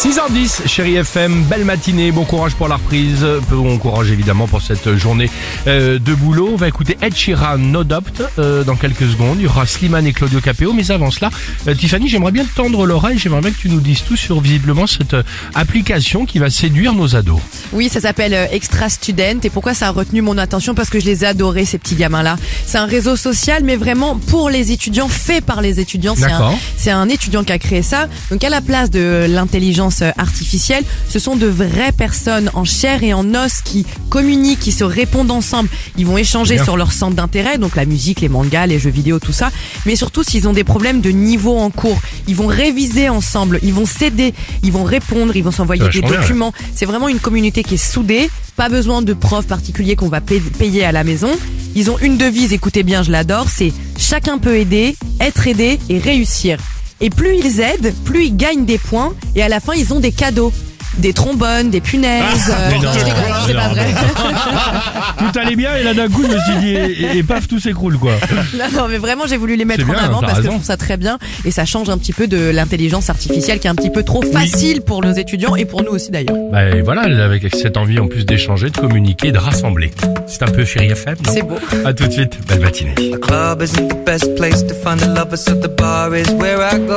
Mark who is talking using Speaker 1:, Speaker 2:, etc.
Speaker 1: 6h10, chérie FM, belle matinée, bon courage pour la reprise, bon courage évidemment pour cette journée euh, de boulot. On va écouter Ed Sheeran, No Doubt, euh, dans quelques secondes. Il y aura Slimane et Claudio Capéo, mais avant cela, euh, Tiffany, j'aimerais bien te tendre l'oreille, j'aimerais bien que tu nous dises tout sur visiblement cette euh, application qui va séduire nos ados.
Speaker 2: Oui, ça s'appelle euh, Extra Student. Et pourquoi ça a retenu mon attention Parce que je les ai adorés, ces petits gamins-là. C'est un réseau social, mais vraiment pour les étudiants, fait par les étudiants. C'est un,
Speaker 1: D'accord.
Speaker 2: c'est un étudiant qui a créé ça. Donc, à la place de euh, l'intelligence euh, artificielle, ce sont de vraies personnes en chair et en os qui communiquent, qui se répondent ensemble. Ils vont échanger
Speaker 1: Bien.
Speaker 2: sur leurs centres d'intérêt, donc la musique, les mangas, les jeux vidéo, tout ça. Mais surtout, s'ils ont des problèmes de niveau en cours, ils vont réviser ensemble, ils vont s'aider, ils vont répondre, ils vont s'envoyer
Speaker 1: Ouais, je
Speaker 2: des
Speaker 1: comprends bien, ouais.
Speaker 2: documents vraiment- c'est vraiment une communauté qui est soudée. Pas besoin de profs particuliers qu'on va paye- payer à la maison. Ils ont une devise, écoutez bien, je l'adore, c'est chacun peut aider, être aidé et réussir. Et plus ils aident, plus ils gagnent des points et à la fin ils ont des cadeaux. Des trombones, des punaises. euh,
Speaker 1: Ah, mais
Speaker 2: non,
Speaker 1: non,
Speaker 2: je rigole,
Speaker 1: mais
Speaker 2: c'est pas
Speaker 1: non,
Speaker 2: vrai.
Speaker 1: Tout allait bien et là d'un coup je me suis dit et, et- et paf tout s'écroule quoi.
Speaker 2: Non, non, mais vraiment, j'ai voulu les mettre
Speaker 1: C'est bien,
Speaker 2: en avant
Speaker 1: t'as
Speaker 2: parce que je
Speaker 1: raison.
Speaker 2: trouve ça très bien et ça change un petit peu de l'intelligence artificielle qui est un petit peu trop facile pour nos étudiants et pour nous aussi d'ailleurs.
Speaker 1: Bah et voilà, avec cette envie en plus d'échanger, de communiquer, de rassembler. C'est un peu chérie FM. non
Speaker 2: C'est beau.
Speaker 1: À tout de suite, belle matinée.
Speaker 3: club isn't the best place to find a lover, so the bar is where I go.